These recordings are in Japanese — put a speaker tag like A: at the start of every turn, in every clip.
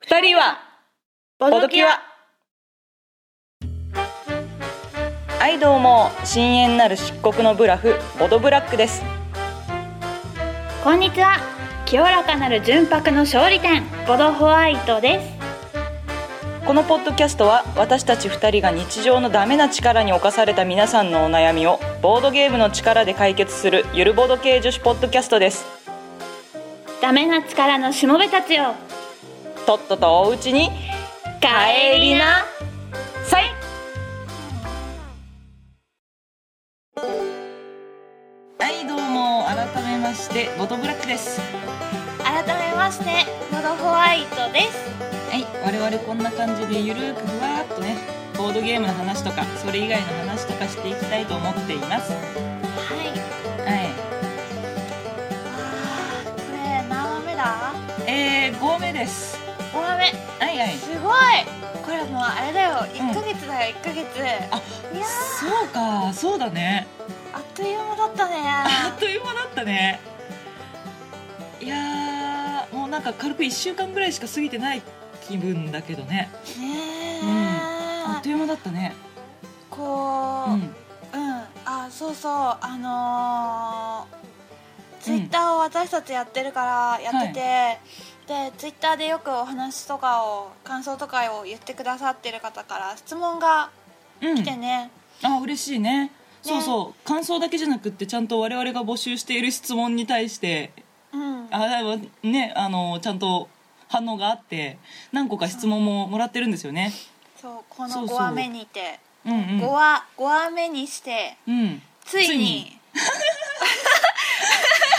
A: 二人はボドキュアはいどうも深淵なる漆黒のブラフボドブラックです
B: こんにちは清らかなる純白の勝利点ボドホワイトです
A: このポッドキャストは私たち2人が日常のダメな力に侵された皆さんのお悩みをボードゲームの力で解決するゆるボド系女子ポッドキャストです
B: ダメな力のしもべたちよ
A: とっととおうちに帰りなさいはいどうも改めましてボトブラックです
B: 改めましてボドホワイトです
A: はい我々こんな感じでゆるーくふわーっとねボードゲームの話とかそれ以外の話とかしていきたいと思っていますは
B: はいいこれ何話目だ
A: えー、5目です
B: 5話目
A: はいはい
B: すごいこれもうあれだよ1ヶ月だよ1ヶ月、
A: あ
B: いや
A: そうかそうだね
B: ーあっという間だったね
A: あっという間だったねいやーもうなんか軽く1週間ぐらいしか過ぎてない気分だけどね
B: ねえ、
A: あっという間だったね
B: こう、
A: う
B: うんん、あそうそうあのー、ツイッターを私たちやってるからやってて、でツイッターでよくお話とかを感想とかを言ってくださってる方から質問が
A: うん
B: 来てね、
A: あ嬉しいねそうそう感想だけじゃなくってちゃんと我々が募集している質問に対して
B: うん
A: あだねあのちゃんと反応があって何個か質問ももらってるんですよね
B: そうこ
A: そ
B: の
A: うそ
B: 5
A: う
B: 話目にて
A: うん
B: 5話5話目にして
A: うんうん
B: つい
A: ついに
B: に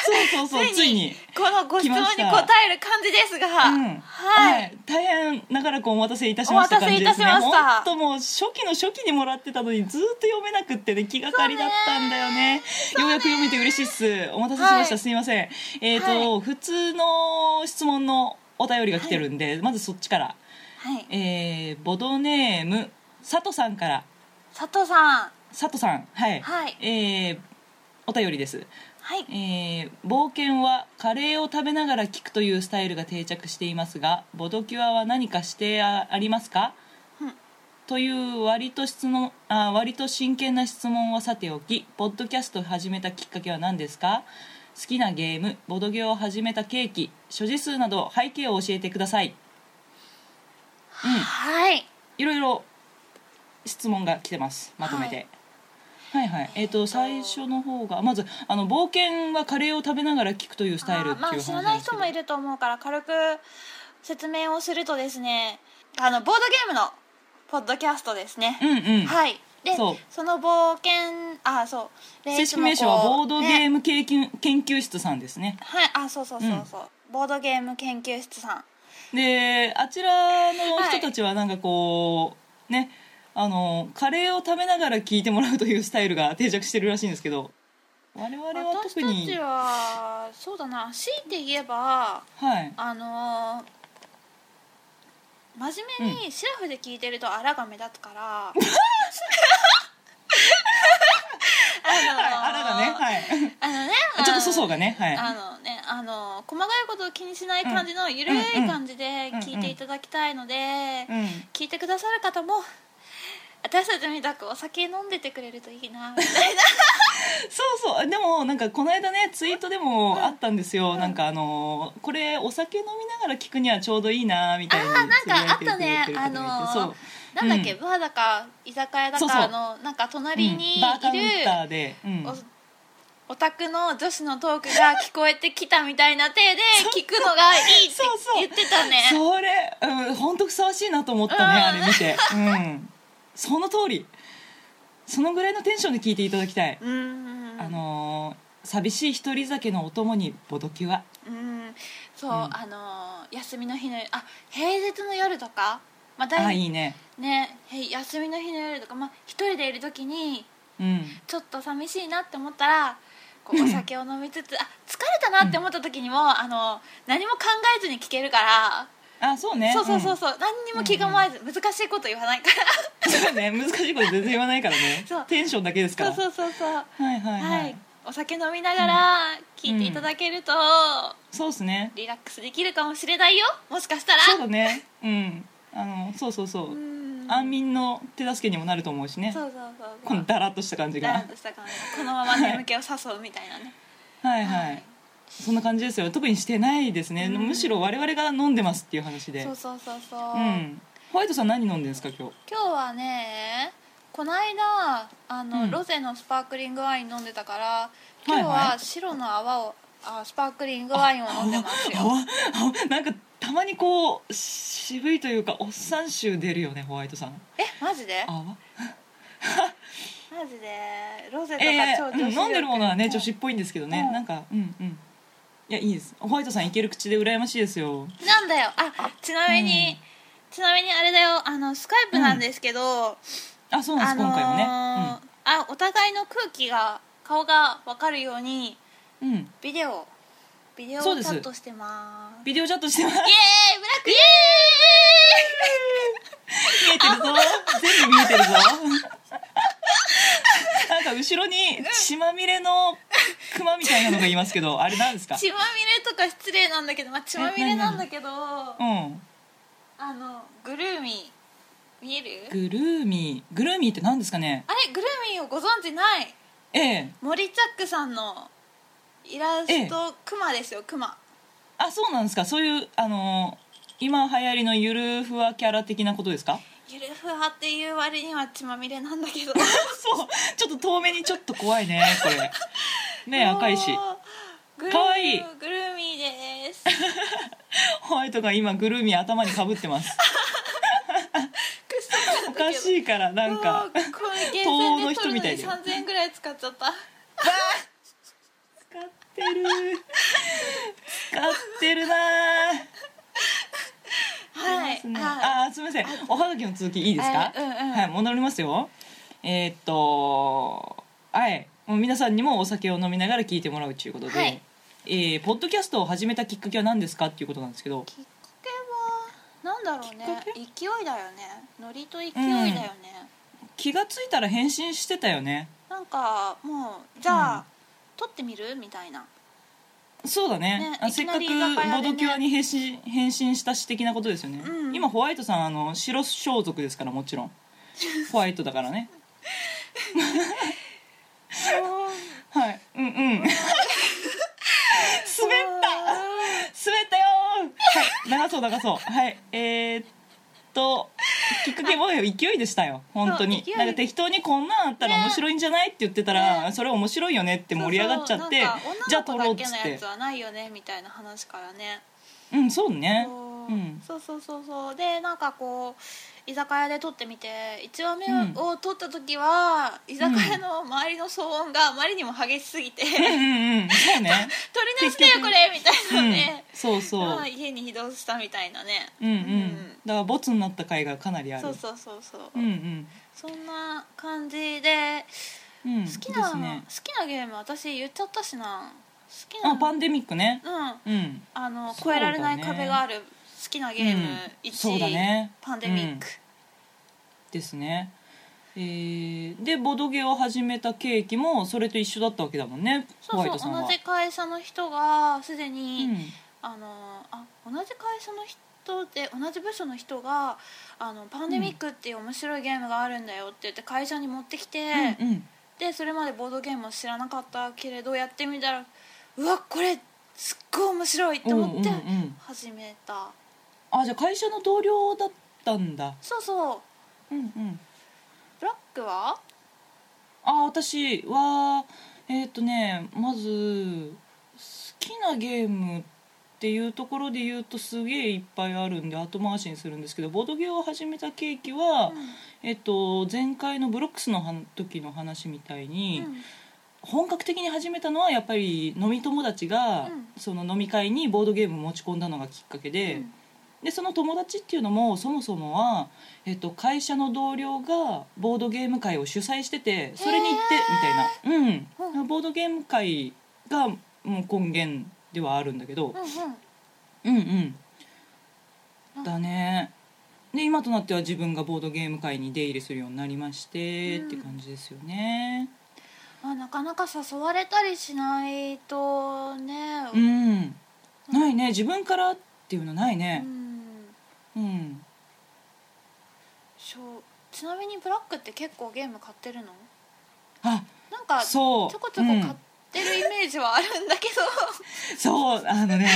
A: そうそうそうついに
B: このご質問に答
A: 来ました
B: える感じですが、
A: うん
B: はい、
A: 大変長らくお待たせいたしました感じですね
B: お待たせいたしました
A: 本当もう初期の初期にもらってたのにずーっと読めなくってね気がかりだったんだよねようやく読めて嬉しいっすお待たせしました、
B: はい
A: すいませんえっ、と、普通の質問のお便りが来てるんで、まずそっちから
B: はい、
A: えーボドネーム佐藤さんから
B: 佐藤さん
A: 佐藤さんはい、
B: はい
A: えーお便りです
B: はい
A: えー冒険はカレーを食べながら聞くというスタイルが定着していますがボドキュアは何か指定あありますか、
B: うん
A: という割と質問あ割と真剣な質問はさておきポッドキャストを始めたきっかけは何ですか好きなゲームボドゲを始めた契機所持数など背景を教えてください
B: はい
A: いろいろ質問が来てますまとめて、はい、はいえっ、と最初の方がまずあの冒険はカレーを食べながら聞くというスタイルっていう
B: あー
A: 話
B: まあ知ら
A: な
B: なんい
A: ですけ
B: 人
A: ど
B: もいると思うから軽く説明をするとですねあのボードゲームのポッドキャストですね、
A: うんうん、
B: はいで
A: そう
B: その冒険あそうで
A: 正式名称はボードゲー
B: ム、
A: ム研究,、研究室さんですね
B: はいあそうそうそうそう、ボードゲーム研究室さん
A: であちらの人たちはなんかこう、ねあのカレーを食べながら聞いてもらうというスタイルが定着してるらしいんですけど我々は
B: 私
A: 特
B: た
A: に
B: ちはそうだな強いて言えば
A: はい
B: あのー真面目にシラフで聞いてるとあらが目立つから、あの
A: あらがねはい
B: あのね、
A: ちょっと粗相がねはい
B: あのね、あの細かいことを気にしない感じのゆるい感じで聞いていただきたいので、
A: うん
B: 聞いてくださる方も私たちみたくお酒飲んでてくれるといいなみた いな
A: そうそうでもなんかこの間ねツイートでもあったんですよ、なんかあのーこれお酒飲みながら聞くにはちょうどいいなみたいに
B: あーなんかあったね
A: つぶやいてくれてる方がいて
B: あのー
A: そう
B: なんだっけ、
A: う
B: バーだか居酒屋だか
A: そうそう
B: のなんか隣にい
A: うん
B: る
A: バーカウンターで、うん
B: おオタクの女子のトークが聞こえてきたみたいな体 で聞くのがいいって
A: そうそう
B: 言ってたね
A: それ、うん、本当ふさわしいなと思ったね、
B: うん
A: あれ見て、うん、その通りそのぐらいのテンションで聞いていただきたい、
B: うん
A: あのー寂しい一人酒のお供にボドキュア
B: うんそう、
A: うん
B: あのー休みの日の夜あ平日の夜とかまあ
A: あー
B: 大
A: いいね
B: ねへい休みの日の夜とかまあ一人でいる時に
A: うん
B: ちょっと寂しいなって思ったらこうお酒を飲みつつあ疲れたなって思った時にも、あの何も考えずに聞けるから、
A: あそうね
B: そうそうそううそう、何にも気構えず、難しいこと言わないか
A: んそうね難しいこと全然言わないからね
B: そう
A: テンションだけですからら
B: そうそうそうそう
A: はいはいはい、
B: はいお酒飲みながら聞いていただけると、
A: そうですね
B: リラックスできるかもしれないよもしかしたら
A: そうだねうんあのそうそうそう、
B: うん
A: 安眠の手助けにもなると思うしね
B: そうそうそうそう
A: このダラっとした感じ
B: だら
A: が
B: っとした感じこのまま眠気を誘うみたいなね
A: はいはいそんな感じですよ特にしてないですね、
B: うん
A: むしろ我々が飲んでますっていう話で
B: そうそうそうそう、
A: うんホワイトさん何飲んでるんですか今日
B: 今日はねこの間あの、
A: うん
B: ロゼのスパークリングワイン飲んでたから
A: い
B: 今
A: はい
B: 日は白の泡を、あスパークリングワインを飲んでます
A: あ
B: よ
A: わあなんかたまにこう渋いというかおっさん臭出るよねホワイトさん
B: えマジで
A: あわ
B: マジでロゼと
A: ええ
B: か超女子力、
A: うん飲んでるものはね
B: うん
A: 女子っぽいんですけどね、
B: うん
A: なんかうんうんいやいいですホワイトさんいける口で羨ましいですよ
B: なんだよあちなみに、
A: うん
B: ちなみにあれだよあのスカイプなんですけど、
A: あそうな
B: あ
A: んで
B: の
A: す、今
B: ー
A: 回もね
B: あお互いの空気が顔が分かるように
A: うん、うん、
B: ビデオビデオチ
A: そう
B: ャ
A: です
B: ットしてます
A: ビデオチャットしてます
B: イエーイブラックイエーイ
A: 見えてるぞ 全部見えてるぞ なんか後ろに血まみれのクマみたいなのがいますけ どあれなんですか
B: 血まみれとか失礼なんだけど、まあ、血まみれなんだけどあ
A: うん
B: のグルーミー見える
A: グルーミーグルーミーって何ですかね
B: あれグルーミーをご存知ない
A: ええ
B: 森チャックさんのイラストクマですよクマ
A: あそうなんですかそういうあのー今流行りのゆるふわキャラ的なことですか
B: ゆるふわっていう割には血まみれなんだけど
A: そうちょっと遠目にちょっと怖いねこれねえ
B: もう
A: 赤いし
B: グルー
A: かわいい
B: グルーミーです
A: ホワイトが今グルーミー頭にかぶって ますおかしいからなん
B: もう
A: か
B: これ厳
A: 東欧の
B: 選で
A: 人
B: 取る
A: み
B: の
A: たいだ
B: に
A: よ
B: 3000円ぐらい使っちゃった
A: 使ってる使ってるな
B: はい、
A: ですね
B: はい
A: あーすみませんおはがきの続きいいですか、
B: あうんうん
A: はい戻りますよえーっとはいもう皆さんにもお酒を飲みながら聞いてもらうということで、
B: はい
A: えーポッドキャストを始めたきっかけは何ですかっていうことなんですけど
B: きっかけはなんだろうね
A: きっか
B: 勢いだよねノリと勢いだよね、
A: 気がついたら返信してたよね
B: なんかもうじゃあ、
A: うん
B: 撮ってみるみたいな
A: そうだね
B: ね
A: あ
B: い
A: せ
B: き
A: っ
B: な
A: か
B: り
A: く
B: 居酒屋でね
A: ボドキュアに返信返信したし的なことですよね、
B: うん
A: 今ホワイトさんあの白装束ですからもちろんホワイトだからねはいうんうん 滑った滑ったよーはい流そう流そうはいえー、っときっかけも勢いでしたよ本当に
B: そう勢い
A: なんか適当にこんなんあったら
B: ね
A: 面白いんじゃないって言ってたら、
B: ね
A: それ面白いよねって盛り上がっちゃってじ
B: じ
A: ゃ
B: ゃ
A: あ
B: あ
A: 撮
B: 撮
A: ろ
B: ろ
A: う
B: う
A: っ
B: っ
A: つ
B: つ
A: っ
B: っててやつはないよねみたいな話からね
A: うんそうね
B: そう
A: うん
B: そうそうそうそうでなんかこう居酒屋で撮ってみて1話目
A: うん
B: を撮った時は、居酒屋の周りの騒音があまりにも激しす ぎて、
A: うんうんうんそうね
B: 撮り直してよこれみたいなね、
A: うん、そうそう、
B: まあ家に移動したみたいなね
A: うんうん、
B: うん
A: だからボツになった回がかなりある
B: そうそうそうそう、
A: うんうん
B: そんな感じで
A: うん、
B: 好きな、
A: ですね
B: 好きなゲーム私言っちゃったしな好きな
A: あパンデミックね
B: うん
A: うん
B: あの
A: そうだ
B: 超
A: ね
B: えられない壁がある好きなゲーム
A: うん、
B: 1
A: そう
B: 位、
A: だね
B: パンデミック、
A: ですねえー、でボドゲを始めたケーキもそれと一緒だったわけだもんねホワイ
B: そ
A: ト
B: う
A: さ
B: そ
A: んは
B: う同じ会社の人がすでに、
A: うん
B: あのあ同じ会社の人で同じ部署の人があのパンデミックっていう面白いゲームがあるんだよって言って会社に持ってきて、
A: うんうん
B: でそれまでボードゲームを知らなかったけれどやってみたらうわこれすっごい面白いと
A: うんうん
B: 思
A: う
B: って
A: ん
B: 始めた、
A: あじゃあ会社の同僚だったんだ
B: そうそ
A: う
B: う
A: んうん
B: ブラックは
A: あ私はえーっ、とねまず好きなゲームっていうところで言うとすげえいっぱいあるんで後回しにするんですけどボードゲーを始めた契機は、えーっ、と前回のブロックスのは時の話みたいに、
B: うん
A: 本格的に始めたのはやっぱり飲み友達が、
B: うん
A: その飲み会にボードゲーム持ち込んだのがきっかけで。でその友達っていうのもそもそもは、えっと、会社の同僚がボードゲーム会を主催しててそれに行ってみたいな、うん
B: う
A: ボードゲーム会がもう根源ではあるんだけど
B: うん、うん
A: うんうん
B: あ
A: だねで今となっては自分がボードゲーム会に出入りするようになりまして、
B: うん
A: って感じですよね
B: まあ、なかなか誘われたりしないとね
A: うんないね自分からっていうのないね
B: うん
A: うん
B: そうちなみにブラックって結構ゲーム買ってるの
A: あ
B: なんかち
A: そ
B: ょ
A: う
B: こちょこ買ってるイメージはあるんだけど、
A: うんそうあのね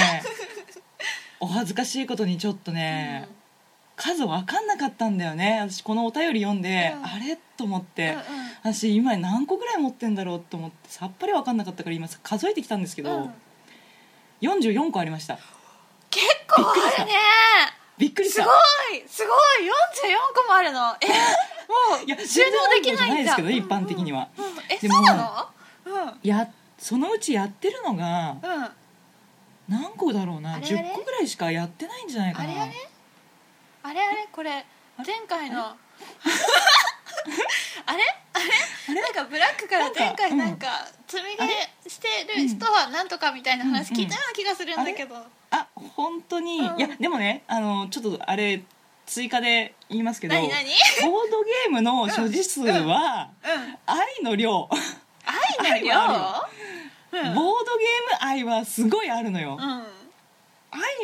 A: お恥ずかしいことにちょっとね、数分かんなかったんだよね私このお便り読んで、
B: うん
A: あれと思っ
B: うん、
A: て、
B: うんうん
A: 私今何個ぐらい持ってんだろうと思ってさっぱり分かんなかったから今数えてきたんですけど、
B: うん
A: 44個ありました
B: 結構あるね
A: びっくりし
B: す
A: た
B: ごいすごい44個もあるのえもう
A: いや
B: 収納できない
A: 全然多い方
B: んだ
A: じゃないですけどね、
B: うん
A: 一般的には
B: うんえ
A: で
B: そ
A: も
B: うなのうん
A: やそのうちやってるのが
B: うんあ
A: 何個だろうな
B: あれあれ
A: 10個ぐらいしかやってないんじゃないかな
B: れあれあれあれこれ前回のあれ あれなんかブラックから前回な
A: なんん
B: か積み
A: あ
B: 毛してる人はなんとかみたいな話聞いたような気がするんだけど
A: あ本当に、
B: うん
A: いやでもねあのちょっとあれ追加で言いますけど
B: 何何
A: ボードゲームの所持数は、
B: うん
A: 愛の量、
B: 愛の量
A: 愛はボー
B: う
A: ドゲ
B: ん
A: ーム愛はすごいあるのよ、
B: うん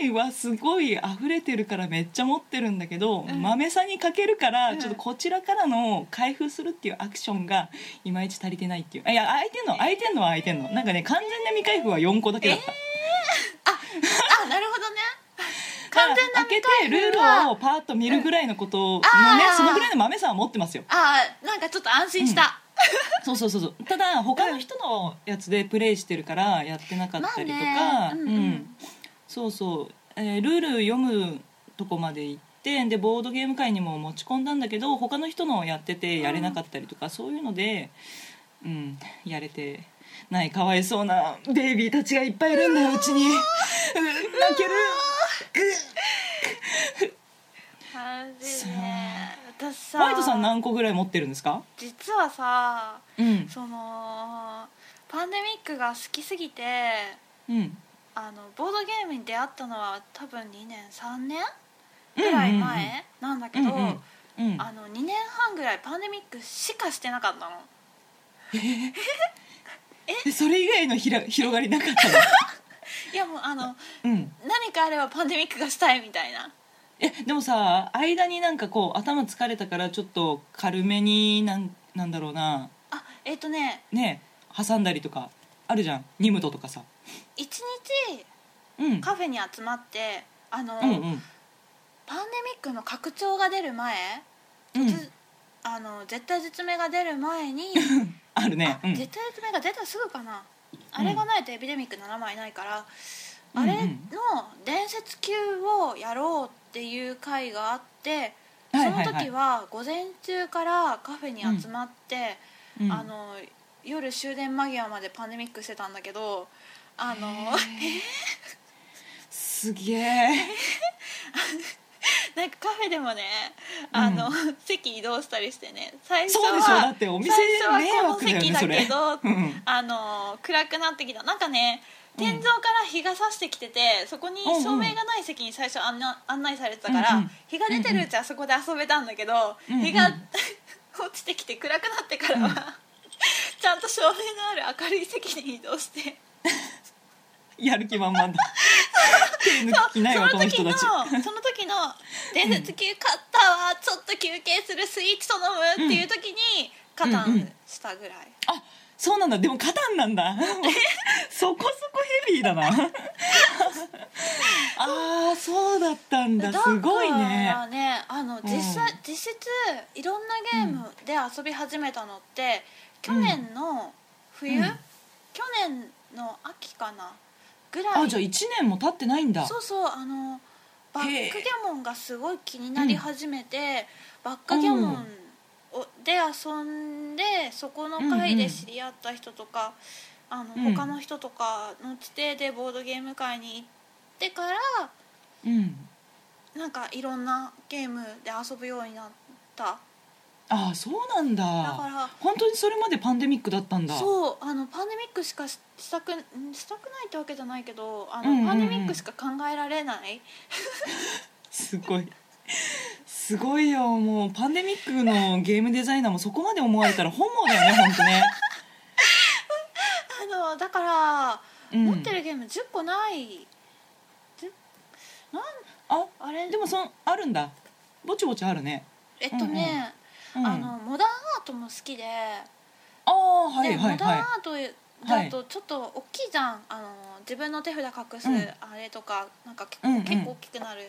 A: 愛はすごい溢れてるからめっちゃ持ってるんだけど、
B: うん
A: 豆さにかけるから、
B: うん
A: ちょっとこちらからの開封するっていうアクションがいまいち足りてないっていうあいや空いてんの空いてんのは空いてんのなんかね完全な未開封は4個だけだった、
B: あなるほど ね完全
A: だか
B: な
A: ら
B: 未
A: 開けて
B: 開
A: ル
B: 封
A: ール
B: は
A: をパーッと見るぐらいのことのね
B: あー
A: そのぐらいの豆さんは持ってますよ
B: あーなんかちょっと安心した、
A: そうそうそうそうただ他の人のやつでプレイしてるからやってなかったりとか、
B: まあねうんうん
A: そうそう、えールール読むとこまで行ってでボードゲーム会にも持ち込んだんだけど他の人のやっててやれなかったりとか、そういうので、うん、やれてないかわいそうなベイビーたちがいっぱいいるんだようちにうん泣ける
B: マジね私さ
A: ホワイトさん何個ぐらい持ってるんですか
B: 実はさ
A: うん、
B: そのパンデミックが好きすぎて
A: うん、
B: あのボードゲームに出会ったのは多分2年3年ぐらい前なんだけど、
A: うんうんうん
B: あの2年半ぐらいパンデミックしかしてなかったの
A: でそれ以外のひら 広がりなかったの
B: いやもうあの
A: うん
B: 何かあればパンデミックがしたいみたいな
A: えでもさ間になんかこう頭疲れたからちょっと軽めになんなんだろうな
B: あえっ、とね
A: ね挟んだりとかあるじゃんニムトとかさ
B: 1日
A: うん
B: カフェに集まってあの、
A: うんうん
B: パンデミックの拡張が出る前、
A: うん
B: つあの絶対絶命が出る 前に
A: あるね
B: あ
A: うん
B: 絶対絶命が出たすぐかな、あれがないとエビデミック7枚ないから、
A: うん
B: あ
A: うん
B: れの伝説級をやろうっていう会があって、
A: はいはいはい
B: その時は午前中からカフェに集まって、
A: うん
B: あの夜終電間際までパンデミックしてたんだけどあの
A: すげえ
B: なんかカフェでもねあの、
A: う
B: 席移動したりしてね最初
A: そうでしょだ
B: は
A: ってお店
B: 最初は
A: 迷惑
B: この
A: だよ
B: 席
A: ね
B: だ
A: それ
B: けど、
A: うん
B: あの暗くなってきたなんかね
A: うん
B: 天井から日が差してきてて、そこに
A: うんうん
B: 照明がない席に最初案内案内されてたから、
A: うんうん
B: 日が出てるうちはそこで遊べたんだけど、
A: うんうん
B: 日が 落ちてきて暗くなってからは、
A: うん
B: ちゃんと照明のある明るい席に移動して
A: やる気満 々だ手抜き
B: そ
A: 気ないわ
B: そ
A: こ
B: の
A: の
B: 時
A: 人
B: の
A: たち
B: その時の伝説級買ったわ、ちょっと休憩するスイーツ頼むっていう時にカタ
A: うんう
B: ン
A: ん
B: したぐらい、
A: あそうなんだでもカタンなん だそこそこヘビーだなあーそうだったんだ
B: だ
A: すごい
B: か
A: ね
B: らねあの実際、
A: うん
B: 実質いろんなゲームで遊び始めたのって、去年の冬、
A: うん
B: 去年の秋かなぐら
A: あ
B: い
A: じゃあ1年も経ってないんだ
B: そうそうあのバックギャモンがすごい気になり始めて、バックギャモンをで遊んでそこの会で知り合った人とか、あの
A: うん
B: 他の人とかのつてでボードゲーム会に行ってから
A: うん
B: なんかいろんなゲームで遊ぶようになった
A: ああそうなんだ
B: だから
A: 本当にそれまでパンデミックだったんだ
B: そうあのパンデミックしかししたくんしたくないってわけじゃないけどあの、
A: うんうんうん
B: パンデミックしか考えられない
A: すごいすごいよもうパンデミックのゲームデザイナーもそこまで思われたら本望だよね本当ね
B: のだから、
A: うん
B: 持ってるゲーム10個ない10なん
A: あ
B: あれ
A: でもそんあるんだぼちぼちあるね、
B: えっとね、
A: うん、
B: あのモダンアートも好きで,、
A: あーはい
B: で
A: は
B: モ
A: い
B: ダン
A: は
B: アートだとちょっと大きいじゃんあの自分の手札隠す
A: うん
B: あれとかなんか結
A: うんうん
B: 構結構大きくなる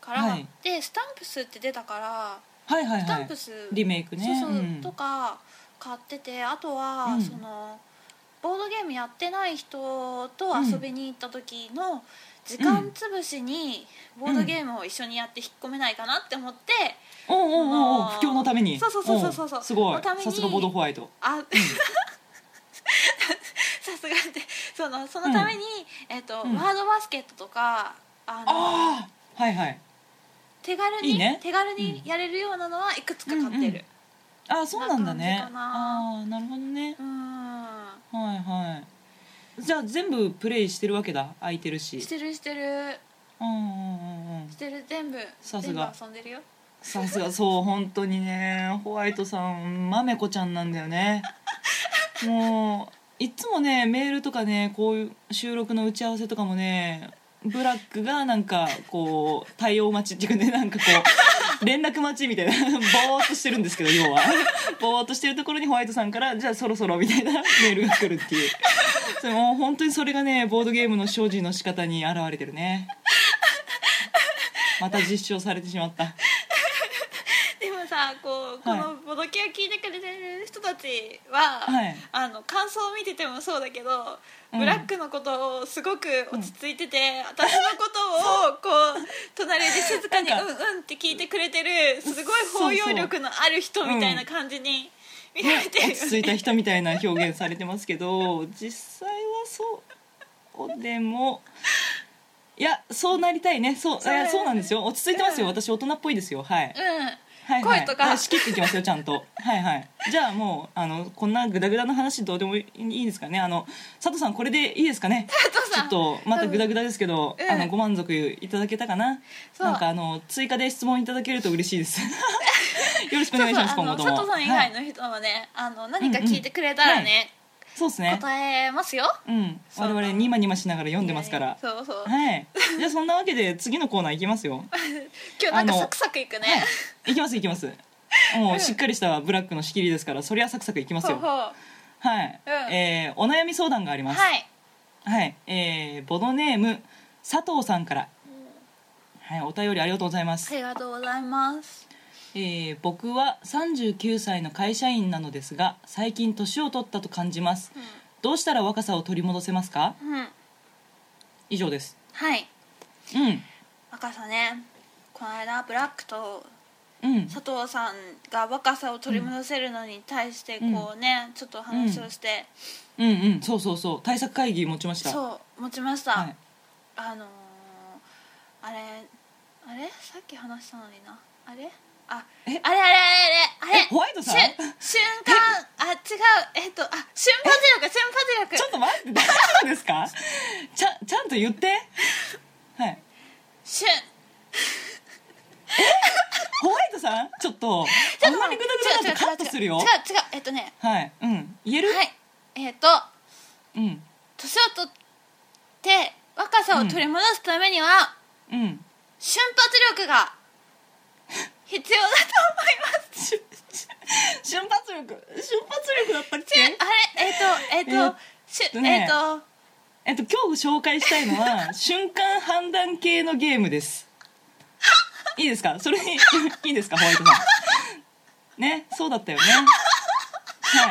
B: から、
A: はい
B: でスタンプスって出たから
A: いはいはい
B: スタ
A: は
B: ンプ
A: い
B: ス、
A: リメイクね
B: そうそう、
A: ん
B: とか買っててあとは、
A: うん
B: そのボードゲームやってない人と遊びに行った時の時間つぶしにボードゲームを一緒にやって引っ込めないかなって思って、
A: おうおうおうおう
B: その
A: 不況のために
B: そうそうそうそうそう
A: おすごい
B: のため
A: さ
B: に
A: すがボードホワイト
B: あさすがってそのそのために、えっと
A: うん
B: ワードバスケットとかあの
A: ああはいはい
B: 手軽に
A: いいね
B: 手軽にやれるようなのはいくつか買ってる。
A: あーそうなんだね
B: こんな感じかな
A: ああーなるほどね
B: うん
A: はいはいじゃあ全部プレイしてるわけだ空いてるし
B: してるして
A: うん
B: る
A: うんうんうん
B: してる全部
A: さす
B: 全部
A: が
B: 遊んでるよ
A: さすがそう本当にねホワイトさんまめこちゃんなんだよねもういつもねメールとかねこういう収録の打ち合わせとかもねブラックがなんかこう対応待ちっていうかねなんかこう連絡待ちみたいなぼーっとしてるんですけど要はぼーっとしてるところにホワイトさんからじゃあそろそろみたいなメールが来るっていうそれもう本当にそれがねボードゲームの精進の仕方に現れてるねまた実証されてしまった
B: でもさこうこ
A: は
B: のボドキを聞いてくれてる人たちは、
A: はい
B: あの感想を見ててもそうだけど、
A: うん
B: ブラックのことをすごく落ち着いてて、私の ことをこう隣で静かに「う
A: なん
B: ん
A: か
B: うん」って聞いてくれてるすごい包容力のある人みたいな感じに見られてる
A: 落
B: よ
A: ち
B: ね
A: 着いた人みたいな表現されてますけど実際はそうでもいやそうなりたいねそう
B: そうだよ
A: え
B: ね
A: そうなんですよ落ち着いてますよ、
B: うん
A: 私大人っぽいですよはい、
B: うん
A: はいはい、
B: 声とか
A: はい仕切っていきますよちゃんとはいはいじゃあもうあのこんなグダグダの話どうでもいいですかねあの佐藤さんこれでいいですかね
B: 佐藤
A: ちょ
B: さ
A: っ
B: ん
A: とまたグダグダですけど、
B: うん
A: あのご満足いただけたかな
B: そう
A: なんかあの追加で質問いただけると嬉しいです よろしくお願いします
B: そう
A: 今
B: そうあ
A: 後
B: の
A: とも
B: 佐藤さん以
A: はい
B: 外の人もね、あの何か聞いてくれたらね、
A: そうですね。
B: 答えますよ
A: うん、
B: そ
A: 我
B: う
A: 々ニマニマしながら読んでますから。
B: そうそう
A: はい。じゃあそんなわけで次のコーナーいきますよ。
B: 今日なんか
A: あの
B: サクサクいくね、
A: はい。いきますいきます。もうしっかりしたブラックの仕切りですから、そりゃサクサクいきます
B: ほう
A: よ。
B: ほうは
A: はい。
B: うん
A: えーお悩み相談があります。
B: い
A: はい。えーボドネーム佐藤さんから。はい、お便りありがとうございます
B: あ。りがとうございます
A: えー僕は39歳の会社員なのですが、最近年を取ったと感じます。どうしたら若さを取り戻せますか？
B: うん、うん、
A: 以上です。
B: はい
A: うん。
B: 若さねこの間ブラックと
A: うん。
B: 佐藤さんが若さを取り戻せるのに対してこうね、ちょっとお話をして、
A: うんうんそうそうそう対策会議持ちましたう
B: そう持ちました、
A: はい、
B: あのーあれあれさっき話したのになあれあ
A: え
B: あれあれあれあれあれ
A: えホワイトさん
B: しゅ瞬間あ違うえっとあ瞬発力瞬発力
A: ちょっと待って大丈夫ですかちゃちゃんと言ってはい
B: 瞬
A: ホワイトさんちょっとあんまりグダグダだとカットするよ
B: 違う違うえっとね
A: はいうん言える、
B: はいえっと
A: うん
B: 年を取って若さを取り戻すためには、
A: うん
B: 瞬発力が必要だと思います
A: 瞬瞬発力瞬発力だったっけ
B: あれえっとえっと、しゅ
A: えっとね
B: えっと
A: えっと今日紹介したいの は瞬間判断系のゲームですいいですかそれに いいですかホワイトさんねそうだったよねは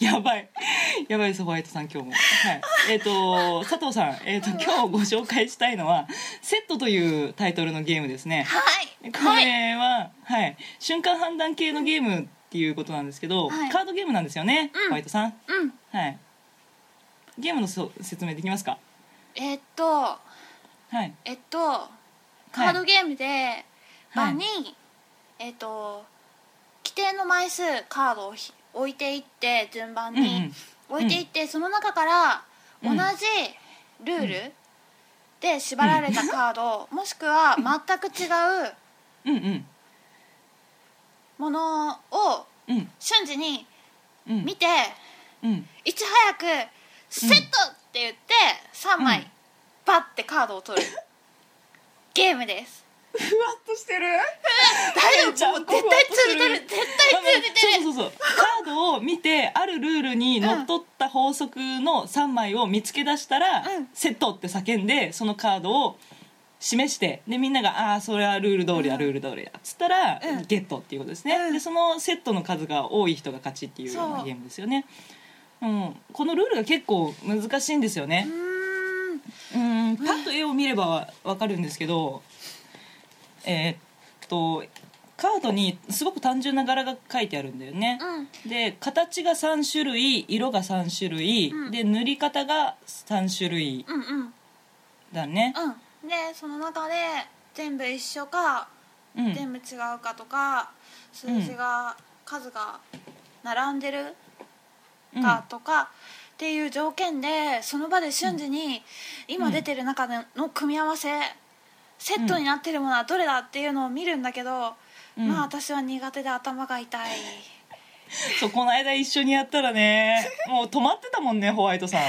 A: いやばい やばいですホワイトさん今日もはいえっ、と佐藤さん、えっと今日ご紹介したいのは「セット」というタイトルのゲームですね
B: はい
A: こ
B: はい
A: れは、はい瞬間判断系のゲームっていうことなんですけど、
B: はい
A: カードゲームなんですよね、
B: うん
A: ホワイトさん
B: うん
A: はい。ゲームのそ説明できますか。
B: えっと
A: はい。
B: えっとカードゲームで場に、えっと規定の枚数カードをひ置いていって順番
A: うんう
B: に
A: ん
B: 置いていって、その中から
A: う
B: 同
A: ん
B: じルールで縛られたカード、もしくは全く違う
A: うんうん
B: ものを
A: うん
B: 瞬時に
A: うん。
B: 見て、
A: うん
B: いち早く「セット!」って言って3枚、
A: うん
B: バッてカードを取るゲームです
A: ふわっとしてる
B: 大
A: ちゃ
B: 丈
A: ん
B: 夫もう絶
A: ふわ
B: 対
A: っとす
B: 釣
A: る
B: れてる絶対釣れてる
A: そうそうそうカードを見てあるルールにのっとった法則の3枚を見つけ出したら、
B: うん
A: セットって叫んでそのカードを示してでみんなが「ああーそれはルール通りだ、
B: うん
A: ルール通りだ」っつったら、
B: うん
A: ゲットっていうことですね、
B: うん
A: でそのセットの数が多い人が勝ちっていうような
B: そう
A: ゲームですよねうん、このルールが結構難しいんですよね
B: う、ーん
A: うんパッと絵を見ればわわかるんですけどえーっとカードにすごく単純な柄が書いてあるんだよね、
B: うん
A: で形が3種類色が3種類、
B: うん
A: で塗り方が3種類
B: うんうん
A: だね、
B: うんでその中で全部一緒か
A: うん
B: 全部違うかとか数字が、数が並んでるかとか、っていう条件でその場で瞬時に今出てる中での組み合わせ、セットになってるものはどれだっていうのを見るんだけど、
A: うん
B: まあ私は苦手で頭が痛い
A: そうこの間一緒にやったらねもう止まってたもんねホワイトさん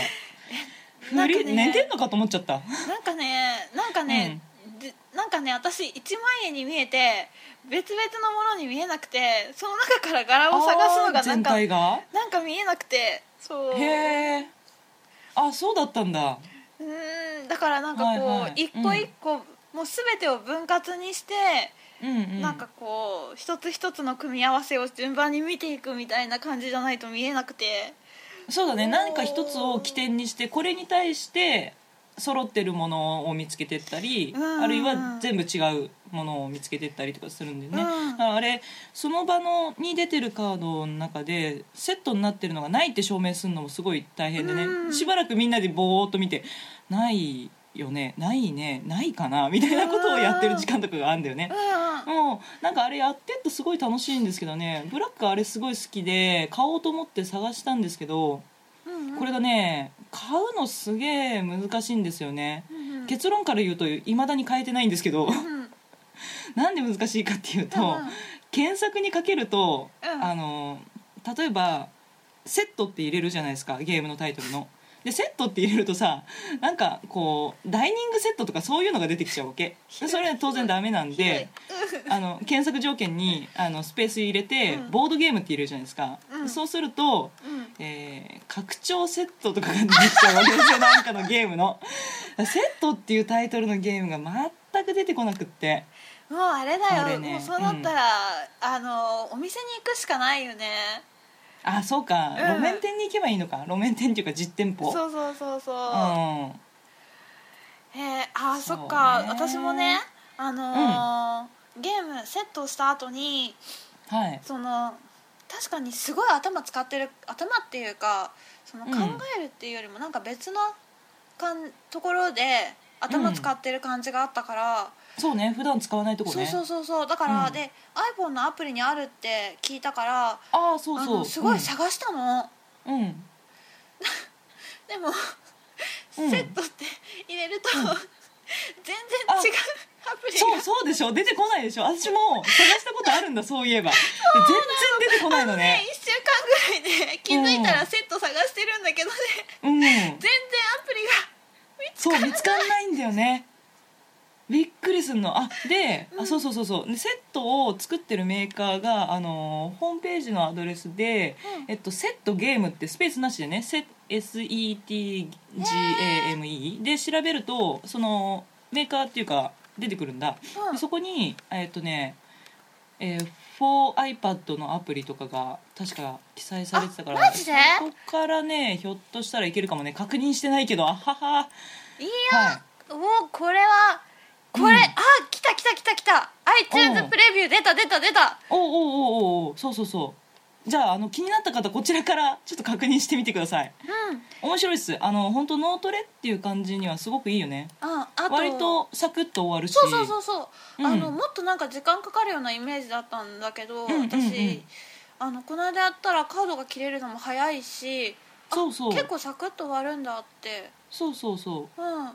B: なんか
A: 振り
B: ね
A: 寝てんのかと思っちゃった
B: なんかねなんかね、でなんかね私1万円に見えて別々のものに見えなくてその中から柄を探すの
A: あ
B: が
A: ー
B: なん
A: 全
B: か
A: 体が
B: なんか見えなくてそう
A: へえあそうだったんだ
B: うーんだからなんかこう、
A: はいはい
B: 一個一個、もう全てを分割にして、
A: うんうん
B: なんかこう一つ一つの組み合わせを順番に見ていくみたいな感じじゃないと見えなくて
A: そうだね
B: おー
A: 何か一つを起点にしてこれに対して揃ってるものを見つけてったり
B: うんうん
A: あるいは全部違うものを見つけてったりとかするんでね、
B: うん
A: だからあれその場のに出てるカードの中でセットになってるのがないって証明するのもすごい大変でね、
B: うん
A: しばらくみんなでぼーっと見て「ないよねないねないかな」みたいなことをやってる時間とかがあるんだよね。
B: うんうん
A: もうなんかあれやってってすごい楽しいんですけどねブラックあれすごい好きで買おうと思って探したんですけど
B: うんうん
A: これがね買うのすげえ難しいんですよね
B: うんうん
A: 結論から言うといまだに変えてないんですけど
B: うんうん
A: なんで難しいかっていうと、
B: うんうん
A: 検索にかけると、
B: うん
A: あの例えば「セット」って入れるじゃないですかゲームのタイトルの。でセットって入れるとさなんかこうダイニングセットとかそういうのが出てきちゃうわけでそれは当然ダメなんであの検索条件にあのスペース入れて、
B: うん
A: ボードゲームって入れるじゃないですか、
B: うん
A: そうすると
B: うん
A: えー拡張セットとかができちゃうわけですよなんかのゲームのセットっていうタイトルのゲームが全く出てこなくって
B: もうあれだ
A: これ
B: よ、
A: ね
B: もうそうなったら、あのお店に行くしかないよね
A: あそうか、
B: ん
A: 路面店に行けばいいのか路面店っていうか実店舗
B: そうそうそうそ
A: う
B: う、
A: ん
B: へえあー
A: そ
B: そう
A: ね
B: っか私もねあのーゲームセットした後に
A: はい
B: その確かにすごい頭使ってる頭っていうかその
A: う
B: 考
A: ん
B: えるっていうよりもなんか別のかんところで頭使ってる感じがあったから、
A: そうね普段使わないとこ
B: そ
A: ね
B: うそうそうそうだから、
A: うん
B: で iPhone のアプリにあるって聞いたから
A: ああそう
B: あ
A: そ
B: の
A: う
B: すごい探したの、
A: うん、うん
B: でも、
A: うん
B: セットって入れると、全
A: あ
B: 然違うアプリ
A: そう
B: が
A: そうでしょ出てこないでしょ私も探したことあるんだそういえばで全然出てこないの
B: ね
A: ね
B: 1週間ぐらいで気づいたらセット探してるんだけどね
A: うん
B: 全然アプリが
A: そう見つかんないんだよねびっくりすんのあで、あそうそうそうそうでセットを作ってるメーカーが、あのーホームページのアドレスで、
B: うん
A: えっと、セットゲームってスペースなしでねセ SETGAME で調べるとそのメーカーっていうか出てくるんだ、
B: うん
A: でそこにえっとね、えー 4iPad のアプリとかが確か記載されてたから
B: あマジで
A: そこからねひょっとしたらいけるかもね確認してないけどあはは。
B: いや、
A: はい
B: もうこれはこれ、
A: うん
B: あ来た来た来た来た iTunes プレビュー出た出た出た
A: おうおうおうおうそうそうそうじゃああの気になった方こちらからちょっと確認してみてください
B: うん
A: 面白いっすあの本当ノートレっていう感じにはすごくいいよね
B: ああと
A: 割とサクッと終わるし
B: そうそうそうそう、
A: うん
B: あのもっとなんか時間かかるようなイメージだったんだけど、
A: うんうんうん
B: 私あのこの間やったらカードが切れるのも早いしあ
A: そうそう
B: 結構サクッと終わるんだって
A: そうそうそ
B: うん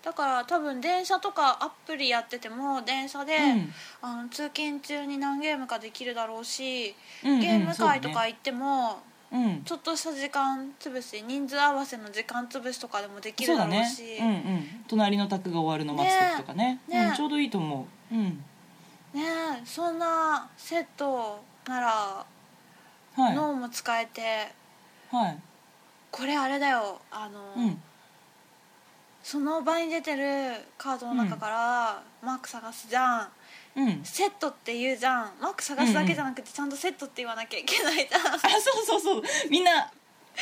B: だから多分電車とかアプリやってても電車で、
A: う、うん
B: あの通勤中に何ゲームかできるだろうし
A: うんうん
B: ゲーム会と
A: そうだ
B: か
A: ね
B: 行っても、
A: うん
B: ちょっとした時間潰し人数合わせの時間潰しとかでもでき
A: そ
B: る
A: う
B: だ
A: だ
B: ろう
A: ね
B: し
A: うんうん隣の卓が終わるの待つ時とかね
B: ねね
A: うん、ちょうどいいと思ううん
B: ねえそんなセットなら
A: はい
B: 脳も使えて、
A: はい
B: これあれだよあの、
A: うん
B: その場に出てるカードの中からマーク探すじゃん、
A: うん
B: セットって言うじゃんマーク探すだけじゃなくてちゃんとセットって言わなきゃいけないじゃん、
A: あそうそうそうみんな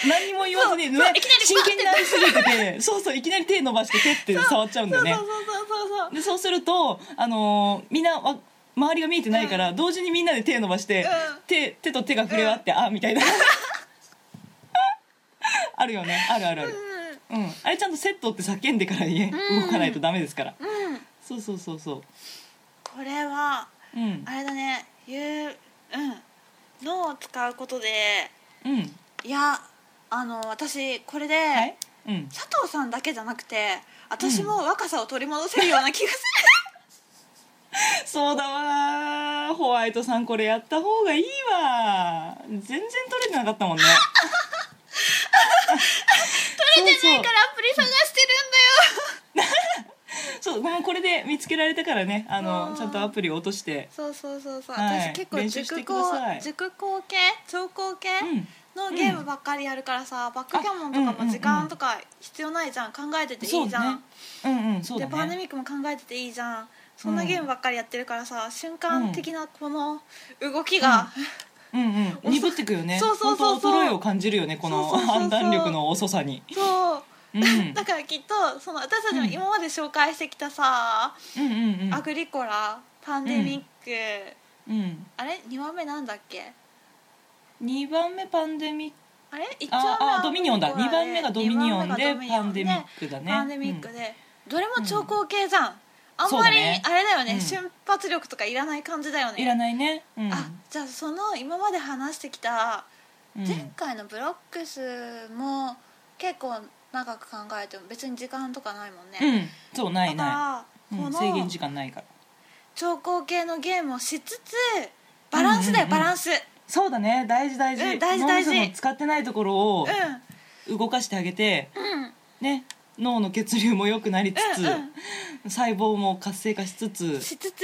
A: 何も言わずに、ね
B: そうそういきなり
A: 真剣になりすぎててそうそういきなり手伸ばして手って触っちゃうんだよね
B: そうそうそうそうそう
A: でそうすると、あのーみんなわ周りが見えてないから、同時にみんなで手伸ばして、
B: うん
A: 手手と手が触れ合って、あみたい なあるよねあるあるある、うんあれちゃんとセットって叫んでから言え、
B: うん
A: 動かないとダメですから
B: うん、うん、
A: そうそうそうそ
B: これは
A: ううん
B: あれだね言ううん脳を使うことで
A: うん
B: いやあの私これで、
A: はいうん
B: 佐藤さんだけじゃなくて私も若さを取り戻せるよう な気がす
A: そうだわーホワイトさんこれやった方がいいわ全然取れてなかったもんね取れて
B: る、だからアプリ探して
A: そうもうこれで見つけられたからねあ
B: あ
A: の
B: ー
A: ちゃんとアプリを落として
B: るんだよそうそうそうそう、
A: はい
B: 私結構
A: 練習して
B: 塾
A: くだ
B: 校
A: さい
B: 塾校系聴講系
A: うん
B: のゲームばっかりやるからさ、バックキャモンと
A: あうんうん
B: か
A: うん
B: も時間とか必要ないじゃん考えてていいじゃん、
A: そうね、うんうんそう
B: で
A: だ
B: パンデ
A: ね
B: ミックも考えてていいじゃんそんなゲームばっかりやってるからさ瞬間的なこの動きが、
A: うんうん鈍ってくよね
B: そうそうそうそ
A: 本当
B: う
A: 衰えを感じるよねこの
B: そうそうそうそう
A: 判断力の遅さに
B: そう、
A: うん
B: だからきっとその私たちも
A: うん
B: 今まで紹介してきたさ、
A: うんうんうん
B: アグリコラパンデミック、
A: うん
B: あれ2番目なんだっけ
A: 2番目パンデミック
B: あれ1番目
A: ああドミニオンだ
B: アグリ
A: 2
B: コラ
A: 番目がドミニオンで
B: 二番目が
A: パ
B: ド
A: ン
B: ミ
A: デ
B: ニ
A: ミ
B: オ
A: ッ
B: ンで
A: クだね
B: パンデミック
A: うん
B: で、どれも長考系じゃん、あんまり、
A: そうだね
B: あれだよね、
A: うん
B: 瞬発力とかいらない感じだよね
A: いらないねうん
B: あじゃあその今まで話してきた
A: うん
B: 前回のブロックスも結構長く考えても別に時間とかないもんね、
A: うんそうない
B: だ
A: な
B: から
A: い
B: こ
A: うん
B: の
A: 制限時間ないから
B: 長考系のゲームをしつつバランスだよ、
A: うんうんうん
B: バランス
A: そうだね大事大事
B: うん大事大事
A: 脳みその使ってないところを
B: う
A: 動かしてあげて
B: んうん
A: ね脳の血流も良くなりつつ、
B: うんうん
A: 細胞も活性化しつつ
B: しつつ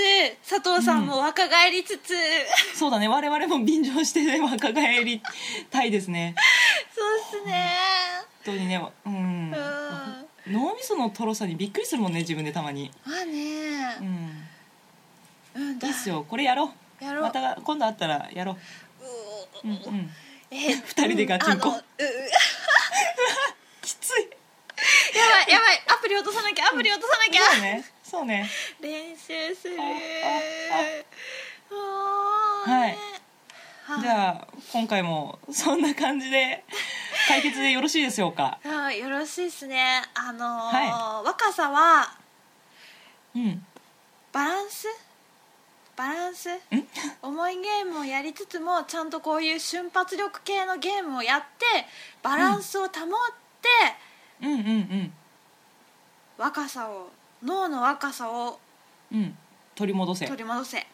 B: 佐藤さんも若返りつ つ、
A: そうだね我々も便乗して若返りたいですね
B: そうっすね
A: 本当にねうん
B: うん
A: 脳みそのとろさにびっくりするもんね自分でたまに
B: まあ
A: う
B: ね
A: ん
B: うん
A: い
B: だ
A: いっすよこれやろう
B: やろう
A: また今度会ったらやろ
B: う
A: う、うんうん、
B: え
A: 二人でガチンコ
B: うんあのうう やば
A: きつ い
B: いやばいアプリ落とさなきゃアプリ落とさなきゃ、
A: そうねそうね
B: 練習する
A: あ
B: おー
A: はい
B: ねはい
A: じゃあ今回もそんな感じで解決でよろしいでしょうか
B: うんよろしいですねあのー
A: は
B: 若さは
A: うん
B: バランスバランス重いゲームをやりつつもちゃんとこういう瞬発力系のゲームをやってバランスを保って、
A: うんうん
B: 若さを脳の若さを
A: うんうん取り戻せ
B: 取り戻せ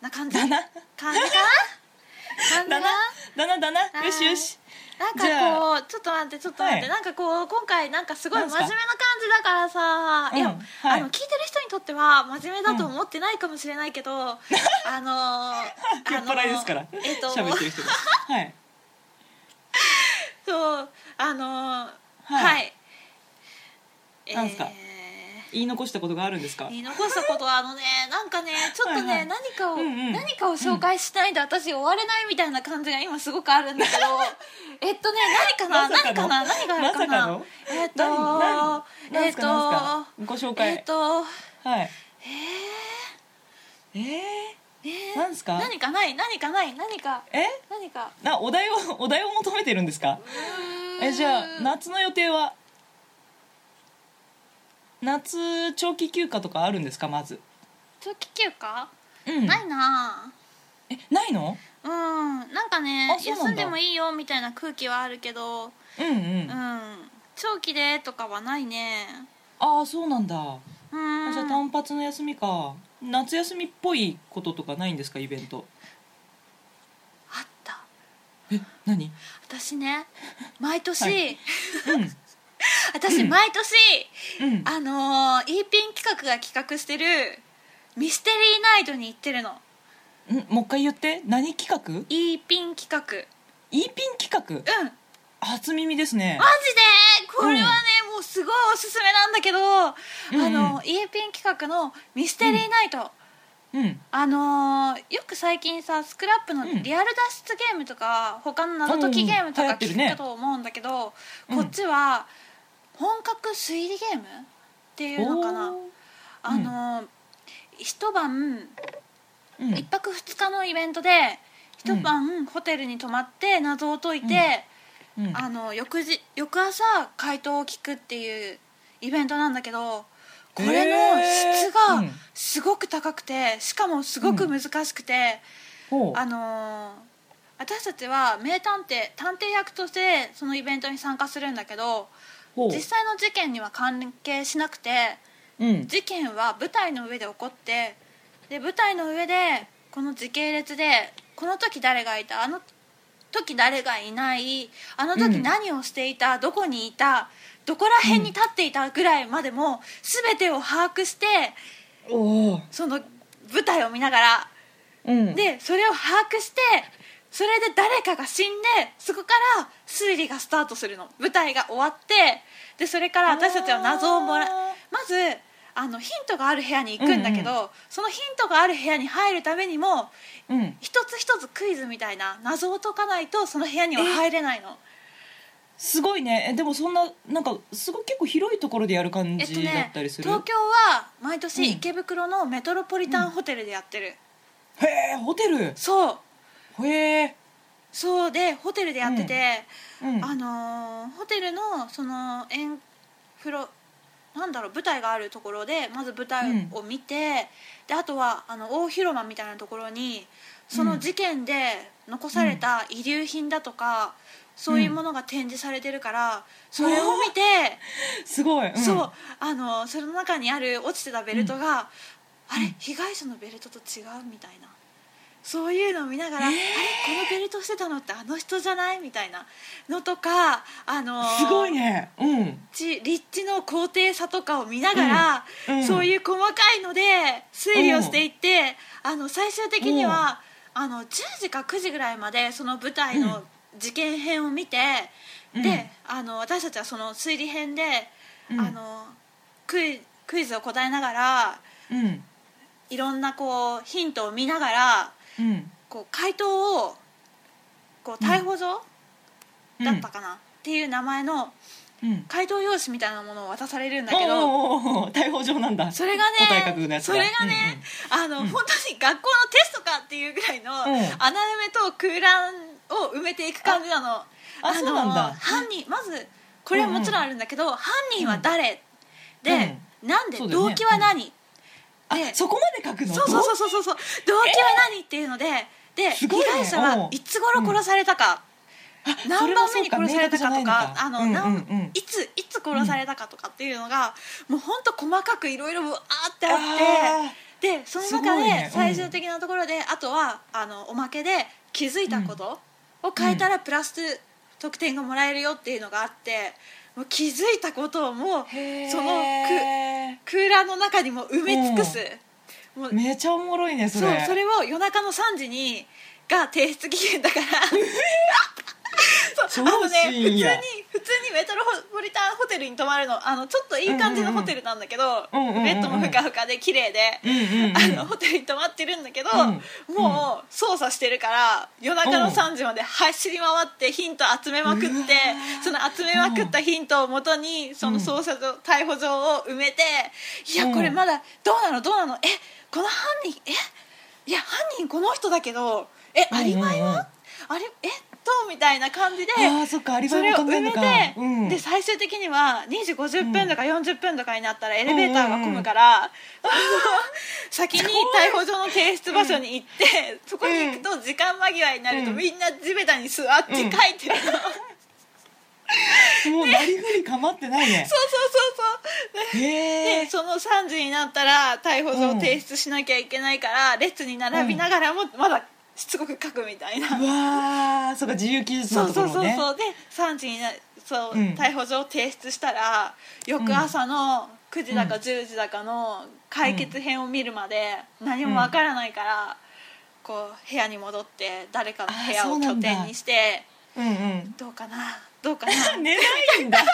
B: な感じ
A: だ
B: 感じ
A: な
B: かな感じか
A: だなだ
B: な
A: なだな
B: はい
A: よしよし
B: なん
A: じゃ
B: かこうちょっと待ってちょっと待っ
A: は
B: て、
A: い
B: なんかこう今回なんかすごい
A: なん
B: 真
A: す
B: 面
A: か
B: 目な感じだからさ、
A: うん
B: いや、
A: はい
B: あの聞いてる人にとっては真面目だと思ってないかもしれな いけど、あのー
A: 酔っ払いですから
B: あのーえっと
A: 喋ってる人がはい
B: そうあのー
A: はい
B: はい、え
A: なんすか言い残したことがあるんですか
B: 言い残したことはあのねなんかねちょっとね
A: はいはい
B: 何かを、
A: うんうん
B: 何かを紹介しないと私終われないみたいな感じが今すごくあるんだけど えっとね何かな、
A: まさか
B: 何か
A: の
B: な何があるか
A: まさか
B: な、
A: の
B: えっと
A: 何何
B: え
A: で
B: っ
A: すか何
B: と
A: すかご紹
B: えっ
A: 介
B: と
A: はい
B: え
A: えー
B: ー、えー、
A: 何すか
B: 何かない何かない何か
A: え
B: 何か
A: なお題をお題を求めてるんですかえじゃあ夏の予定は夏長期休暇とかあるんですかまず
B: 長期休暇、
A: うん
B: ないな
A: えないの
B: うんなんかね
A: あそうなんだ
B: 休んでもいいよみたいな空気はあるけど
A: うんうん
B: うん
A: あ
B: 長期でとかはないね
A: あそうなんだ
B: うん
A: あじゃあ単発の休みか夏休みっぽいこととかないんですかイベント
B: あった
A: え何
B: 私ね毎年、
A: は
B: 私毎年、
A: うんうん
B: あのー、イーピン企画が企画してるミステリーナイトに行ってるの
A: んもう一回言って何企画
B: イーピン企画
A: E ピン企画
B: うん
A: 初耳ですね
B: マジでこれはね、もうすごいおすすめなんだけど、
A: うんうん
B: あのイーピン企画のミステリーナイト、
A: うん
B: あのーよく最近さスクラップの
A: うん
B: リアル脱出ゲームとか、他の謎解きゲームと
A: うんうん流行
B: か
A: ってるね
B: 聞くと思うんだけど、
A: うん
B: こっちは本格推理ゲームっていうのかな、
A: おー
B: あのー一晩
A: うん
B: 一泊二日のイベントで一晩ホテルに泊まって謎を解いて、
A: うん
B: あの翌日翌朝回答を聞くっていうイベントなんだけどこれの質
A: えーうん
B: がすごく高くてしかもすごく難しくて、
A: ほう
B: あのー私たちは名探偵探偵役としてそのイベントに参加するんだけど
A: ほう
B: 実際の事件には関係しなくて
A: うん
B: 事件は舞台の上で起こってで舞台の上でこの時系列でこの時誰がいたあの時誰がいないあの
A: う
B: 時
A: ん
B: 何をしていた、どこにいたどこら辺に立っていたぐらいまでも全てを把握して
A: おお
B: その舞台を見ながら
A: うん
B: でそれを把握してそれで誰かが死んでそこから推理がスタートするの舞台が終わってでそれから私たちは謎をもら
A: あー
B: まずあのヒントがある部屋に行くんだけど、
A: うん
B: そのヒントがある部屋に入るためにも
A: うん
B: 一つ一つクイズみたいな謎を解かないとその部屋には入れないの
A: すごいねえでもそんななんかすごい結構広いところでやる感
B: えっと
A: じだ
B: ね
A: ったり
B: 東
A: す
B: 京
A: る、
B: は毎
A: うん
B: 年池袋のメトロポリタンホテルでやってる、
A: へえホテル
B: そう
A: へえ
B: そうでホテルでやってて、
A: うん
B: あのーホテルのそのエンフロなんだろう舞台があるところでまず舞台を見て、であとはあの大広間みたいなところにその事件で残された遺留品だとか、そういうものが展示されてるから、それを見て、
A: すごい、うん
B: そうあのーその中にある落ちてたベルトが、あれ被害者のベルトと違うみたいな。そういうのを見ながら、あれこのベルトしてたのってあの人じゃないみたいなのとかあのー
A: すごいねうん
B: 立地立地の高低差とかを見ながら、
A: うんうん
B: そういう細かいので推理をしていって、あの最終的には、あの10時か9時ぐらいまでその舞台
A: う
B: の事件編を見て、
A: うん
B: であの私たちはその推理編で、
A: うん
B: あのクイクイズを答えながら
A: うん
B: いろんなこうヒントを見ながら
A: うん
B: こう回答をこう逮捕状、だったかな、っていう名前の
A: うんうん
B: 回答用紙みたいなものを渡されるんだ
A: お
B: けど。
A: おーおーおー逮捕状なんだ
B: それが
A: 答え書くの
B: ね
A: やつ
B: そ
A: だ
B: れがね、あの、
A: うん
B: 本当に学校のテストかっていうぐらいの、
A: ん
B: 穴埋めと空欄を埋めていく感じなのあ
A: あそうなんだ
B: 犯人まずこれはもちろんあるんだけど、犯人は誰、で、なんで、
A: そうだよね
B: 動機は何、
A: うん
B: で
A: あそこまで書くの
B: そうそうそうそうそうそう動機は何っていうので、で、
A: す
B: 被
A: ごいね
B: 害者
A: うん
B: はいつ頃殺された
A: あ
B: か、
A: そ
B: 何
A: れも
B: 番
A: そ
B: 目
A: う
B: に殺され
A: 明確
B: たかと
A: じゃない
B: か
A: んだ
B: あの、
A: うん
B: なん
A: うんうん
B: いついつ殺されたかとかっていうのが、もう本当細かくいろいろわーってあ
A: あ
B: ってでその
A: す
B: 中
A: ごいね
B: で
A: うん
B: 最終的なところで、あとはあのおまけで気づいたことを変えたらプラス得点がもらえるよっていうのがあってもう気づいたことをもう
A: へー
B: その空欄の中にも埋め尽くす。もう
A: めちゃおもろいねそ
B: そう
A: れ
B: それを夜中の3時にが提出期限だから そうあ
A: 超
B: のね普通
A: 深
B: に
A: 夜
B: 普通にメトロポリタンホテルに泊まるのあのちょっといい感じのホテルなんだけど、
A: うんうんうんうん
B: ベッドもふかふかで綺麗で、
A: うんうんうん
B: あのホテルに泊まってるんだけど、
A: うん
B: もう操作してるから夜中
A: う
B: の
A: ん
B: 3時まで走り回ってヒント集めまくって
A: うわ
B: その集めまくったヒントをもとにその捜査と逮捕状を埋めていや
A: うん
B: これまだどうなのどうなのえこの犯人えいや犯人この人だけどえ
A: うん
B: アリバイ
A: うんうん
B: はあれえっとみたいな感じで
A: あーそっかアリバ
B: そ
A: イ
B: れ
A: も
B: を
A: 考え
B: 埋
A: ん
B: め
A: の
B: て
A: か、うん
B: で最終的には2時50分とか40分とかになったらエレベーターが混むから、 先に逮捕状の提出場所に行って、 そこに行くと時間間際になると、
A: うん
B: みんな地べたに座って書いてるの、 そうそうそう
A: もうなりふり構ってないね
B: そうね
A: へ
B: で
A: え
B: その3時になったら逮捕状を提出しなきゃいけないから、列に並びながらもまだしつこく書くみたいな
A: うわーそうか自由記述
B: そ
A: の
B: う
A: とこ
B: そ
A: ろ
B: うそう
A: ね
B: そうで3時になそう、
A: うん
B: 逮捕状を提出したら翌朝の9時だか10時だかの解決編を見るまで何もわからないから、こう部屋に戻って誰かの部
A: あー
B: 屋
A: そう
B: を
A: な
B: 拠
A: んだ
B: 点にして
A: うんうん
B: どうかなどうかな
A: 寝ないんだ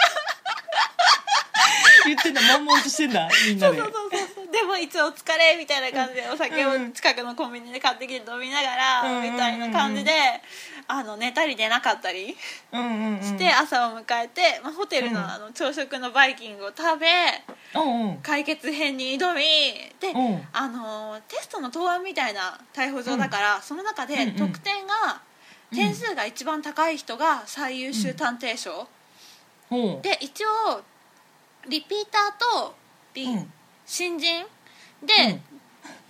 A: 言ってんだ悶々としてんだみんな
B: そう
A: で
B: そうそうそうでもいつお疲れみたいな感じでお酒を近くのコンビニで買ってきて飲みながら
A: うん
B: みたいな感じであの寝たり寝なかったり。
A: うんうんうん
B: して朝を迎えて、まあ、ホテル
A: うん
B: のあの朝食のバイキングを食べ
A: うんうん
B: 解決編に挑みで、
A: うん
B: あのーテストの答案みたいな逮捕状だから、その中で
A: うんうん
B: 得点が、
A: うん
B: 点数が一番高い人が最優秀探偵賞、
A: ほう
B: で一応リピーターと、び
A: うん
B: 新人で、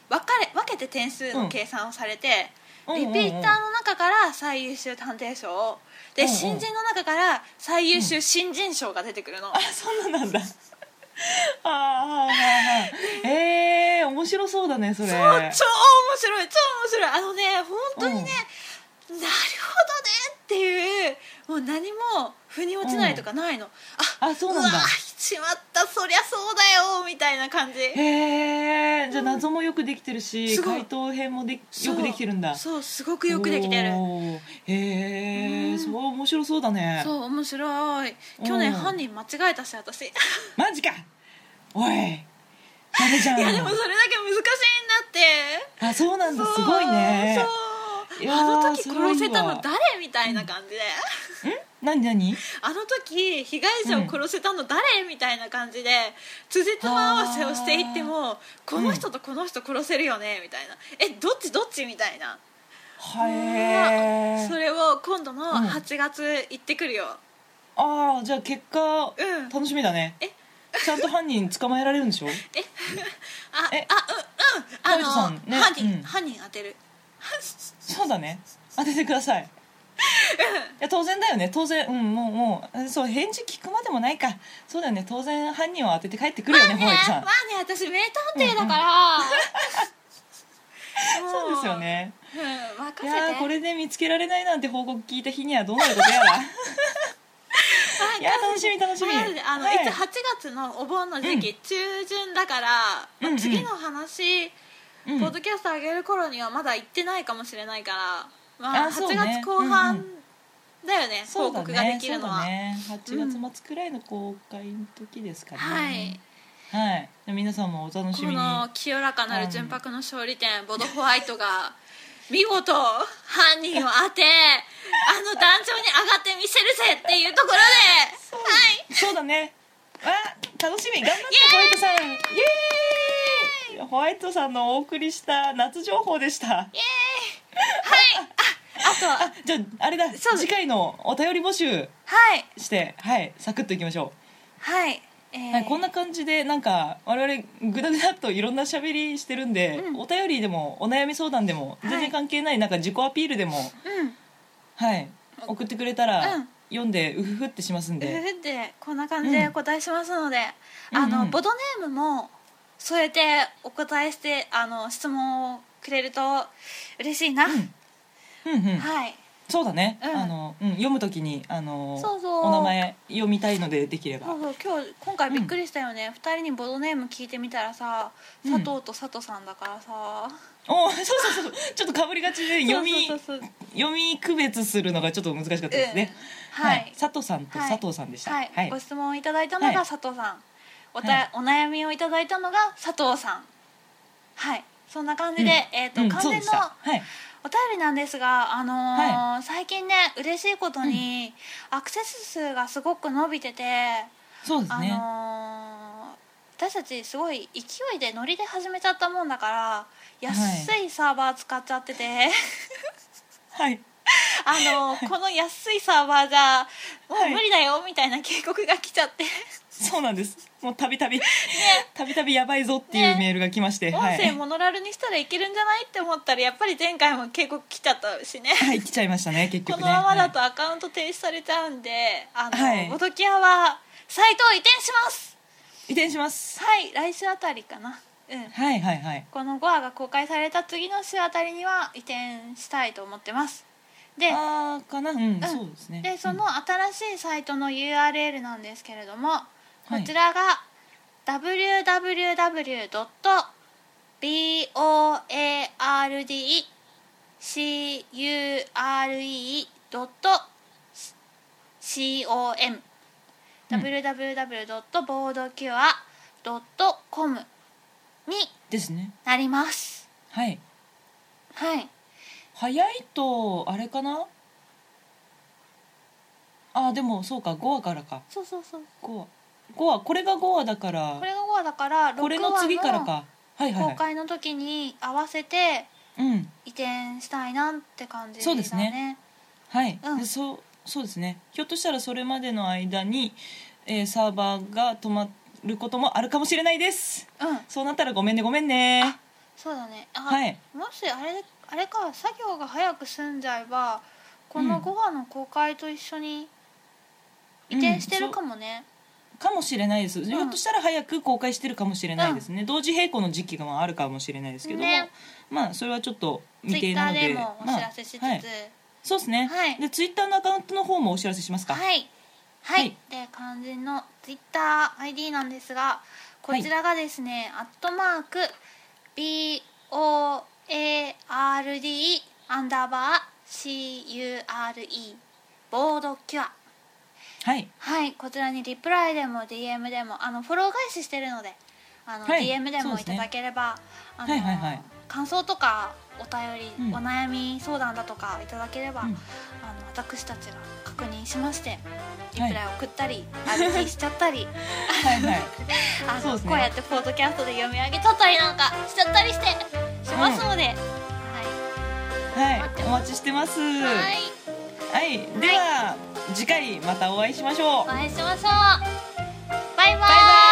B: 分かれ分けて点数の計算をされて。
A: うん
B: リピーターの中から最優秀探偵賞をで、
A: うんうん
B: 新人の中から最優秀新人賞が出てくるの、
A: あそんななんだ ああはいはいはいええー、面白そうだねそれ
B: そう超面白い超面白いあのね本当にね、なるほどねっていうもう何も腑に落ちないとかないの、あ
A: あそうなんだ
B: わしまったそりゃそうだよみたいな感じ
A: へえじゃあ謎もよくできてるし、
B: すごい
A: 回答編もでき
B: そう
A: よくできてるんだ
B: そうすごくよくできてる
A: おーへ
B: う
A: え
B: ん
A: そう面白そうだね
B: そう面白い去年
A: うん
B: 犯人間違えたし私い
A: マジかおいダメじゃん
B: やでもそれだけ難しいんだって
A: あそうなんだ
B: そう
A: すごいね
B: そう
A: いやー
B: あの時
A: それはいいわ
B: 殺せたの誰みたいな感じで、
A: 何何
B: あの時被害者を殺せたの誰みたいな感じで辻褄合わせをしていってもこの人とこの人殺せるよねみたいな、えどっちどっちみたいな、
A: はえ
B: それを今度の
A: うん
B: 8月行ってくるよ、
A: ああじゃあ結果、
B: ん
A: 楽しみだね
B: え
A: ちゃんと犯人捕まえられるんでしょ
B: あ
A: え
B: あうんう
A: 森
B: んあの、
A: 田さんね
B: 犯人、
A: うん
B: 犯人当てる
A: そうだね当ててくだ さいいや当然だよね当然うんもうもうそう返事聞くまでもないかそうだよね当然犯人を当てて帰ってくるよねホワイト
B: ま
A: さ
B: あ
A: ん
B: ね私名探偵だから、
A: そうですよね
B: もう、うん、任
A: い
B: せて
A: やーこれで見つけられないなんて報告聞いた日にはどうなることやら いやー楽しみ楽しみ
B: はいあの、
A: はい
B: い、つ8月のお盆の時期、中旬だから、まあ
A: うんうん
B: 次の話、
A: うん
B: ポッドキャスト上げる頃にはまだ行ってないかもしれないから、まあ、
A: あそうね
B: 8月後半
A: うん
B: だよね、
A: そ
B: 報
A: うだ
B: 告がで
A: ね
B: きる
A: そ
B: の
A: う
B: は、
A: だね8月末くらいの公開の時ですか
B: はい
A: ね、はい、じゃあ皆さんもお楽し
B: こ
A: みに
B: の清らかなる純白の勝利点、ボドホワイトが見事犯人を当 てあの壇上に上がってみせるぜっていうところではい
A: そうだねわあ楽しみ頑張ってホワイトさんイエーイホワイトさんのお送りした夏情報でした
B: はいああと
A: じゃああれだ
B: そう
A: 次回のお便り募集
B: はい
A: してはいサクッといきましょ
B: はい、
A: う、
B: えー
A: はい、こんな感じでなんか我々グダグダっといろんなしゃべりしてるんで、
B: うん
A: お便りでもお悩み相談でも
B: はい
A: 全然関係ない、なんか自己アピールでも
B: うん
A: はい送ってくれた
B: う
A: ら
B: ん
A: 読んでうふふってしますん
B: う
A: で、
B: ふふってこんな感じでお答えしますので、あの、
A: うんうん
B: ボドネームも添えてお答えしてあの質問をくれると嬉しいな、
A: うんうん
B: はい
A: そうだね、
B: うん
A: あのうん、読むときにあの
B: そうそう
A: お名前読みたいのでできれば
B: そうそう今日今回びっくりしたよね、二2人にボドネーム聞いてみたらさ佐藤と佐藤さんだからさ、
A: おそうそうそうちょっとかぶりがちで読み
B: そうそうそうそう
A: 読み区別するのがちょっと難しかったですね、
B: うんはい
A: 佐藤さんと佐藤さんでした
B: はい、
A: はい
B: ご質問いただいたのが佐藤さん、おた
A: はい
B: お悩みをいただいたのが佐藤さんはいそんな感じで、
A: うん
B: えっ、
A: う
B: と
A: ん
B: 完
A: そう
B: 全
A: で
B: の
A: したはい
B: お便りなんですが、あのー最近ね嬉しいことに、アクセス数がすごく伸びてて、
A: そうです
B: あ
A: ね、
B: のー私たちすごい勢いでノリで始めちゃったもんだから安いサーバー使っちゃってて、
A: はい
B: あのーこの安いサーバーじゃも
A: はいう
B: 無理だよみたいな警告が来ちゃって、
A: そうなんですもうたびたびたびたびやばいぞっていう
B: ね
A: メールが来まして、は
B: 音声
A: い
B: モノラルにしたらいけるんじゃないって思ったらやっぱり前回も警告来ちゃったしね。
A: はい来ちゃいましたね結
B: こ
A: 局
B: の
A: ね
B: ままだ
A: は
B: とアカウント停止されちゃうんで、あの、
A: はい
B: ボドキアはサイトを移転します。
A: い移転します
B: はい、来週あたりかな。うん、
A: はいはいはい
B: この5話が公開された次の週あたりには移転したいと思ってますで
A: ああかなうん、
B: ん
A: そうですね
B: でその新しいサイトの URL なんですけれども、
A: い
B: こちらが www.boardcure.com www.boardcure.com に
A: ですね
B: なります、
A: はい
B: はい
A: 早いとあれかなあーでもそうか5話からか
B: そうそうそう
A: 5話5話これが5話だから
B: これが5話だから
A: これ
B: 6
A: の次から
B: 話の
A: かはいはいは
B: 公
A: い
B: 開の時に合わせて
A: うん
B: 移転したいなって感じだね
A: そうですねはい、
B: うん
A: でそうそうですねひょっとしたらそれまでの間に、えーサーバーが止まることもあるかもしれないです
B: うん
A: そうなったらごめんねごめんね
B: そうだねあ、
A: はい
B: もしあれあれか作業が早く済んじゃえばこ
A: う
B: の
A: ん
B: 5話の公開と一緒に移転してるかもね、
A: かもしれないです、ひょっとしたら早く公開してるかもしれないですね、同時並行の時期があるかもしれないですけども、
B: ね
A: まあそれはちょっと
B: ツ
A: 未定
B: イッタ
A: な
B: ー
A: ので
B: でもお知らせしつつ、
A: まあはい、そうですね、
B: はい
A: でツイッターのアカウントの方もお知らせしますか
B: はい、は
A: は
B: い
A: い
B: で肝心のツイッター ID なんですがこちらがですね「アットマーク BOARD アンダーバー CURE ボードキュア」
A: はい
B: はいこちらにリプライでも DM でもあのフォロー返ししてるのであの、
A: はい
B: DM で
A: そう
B: も
A: で
B: い
A: すね
B: ただければ、あの
A: はいはいはい
B: 感想とかお便り、
A: うん
B: お悩み相談だとかいただければ、
A: うん
B: あの私たちが確認しましてリプ
A: は
B: ラ
A: い
B: イ送ったり、RT しちゃっ たり
A: はいはい
B: あ
A: そう
B: の、
A: ですね
B: こうやってポッドキャストで読み上げちゃったりなんかしちゃったりしてしますので、はい
A: はいお待ちしてます
B: はい
A: はい、では、次回またお会いしましょう
B: お会いしましょうバイバイ
A: バイバイ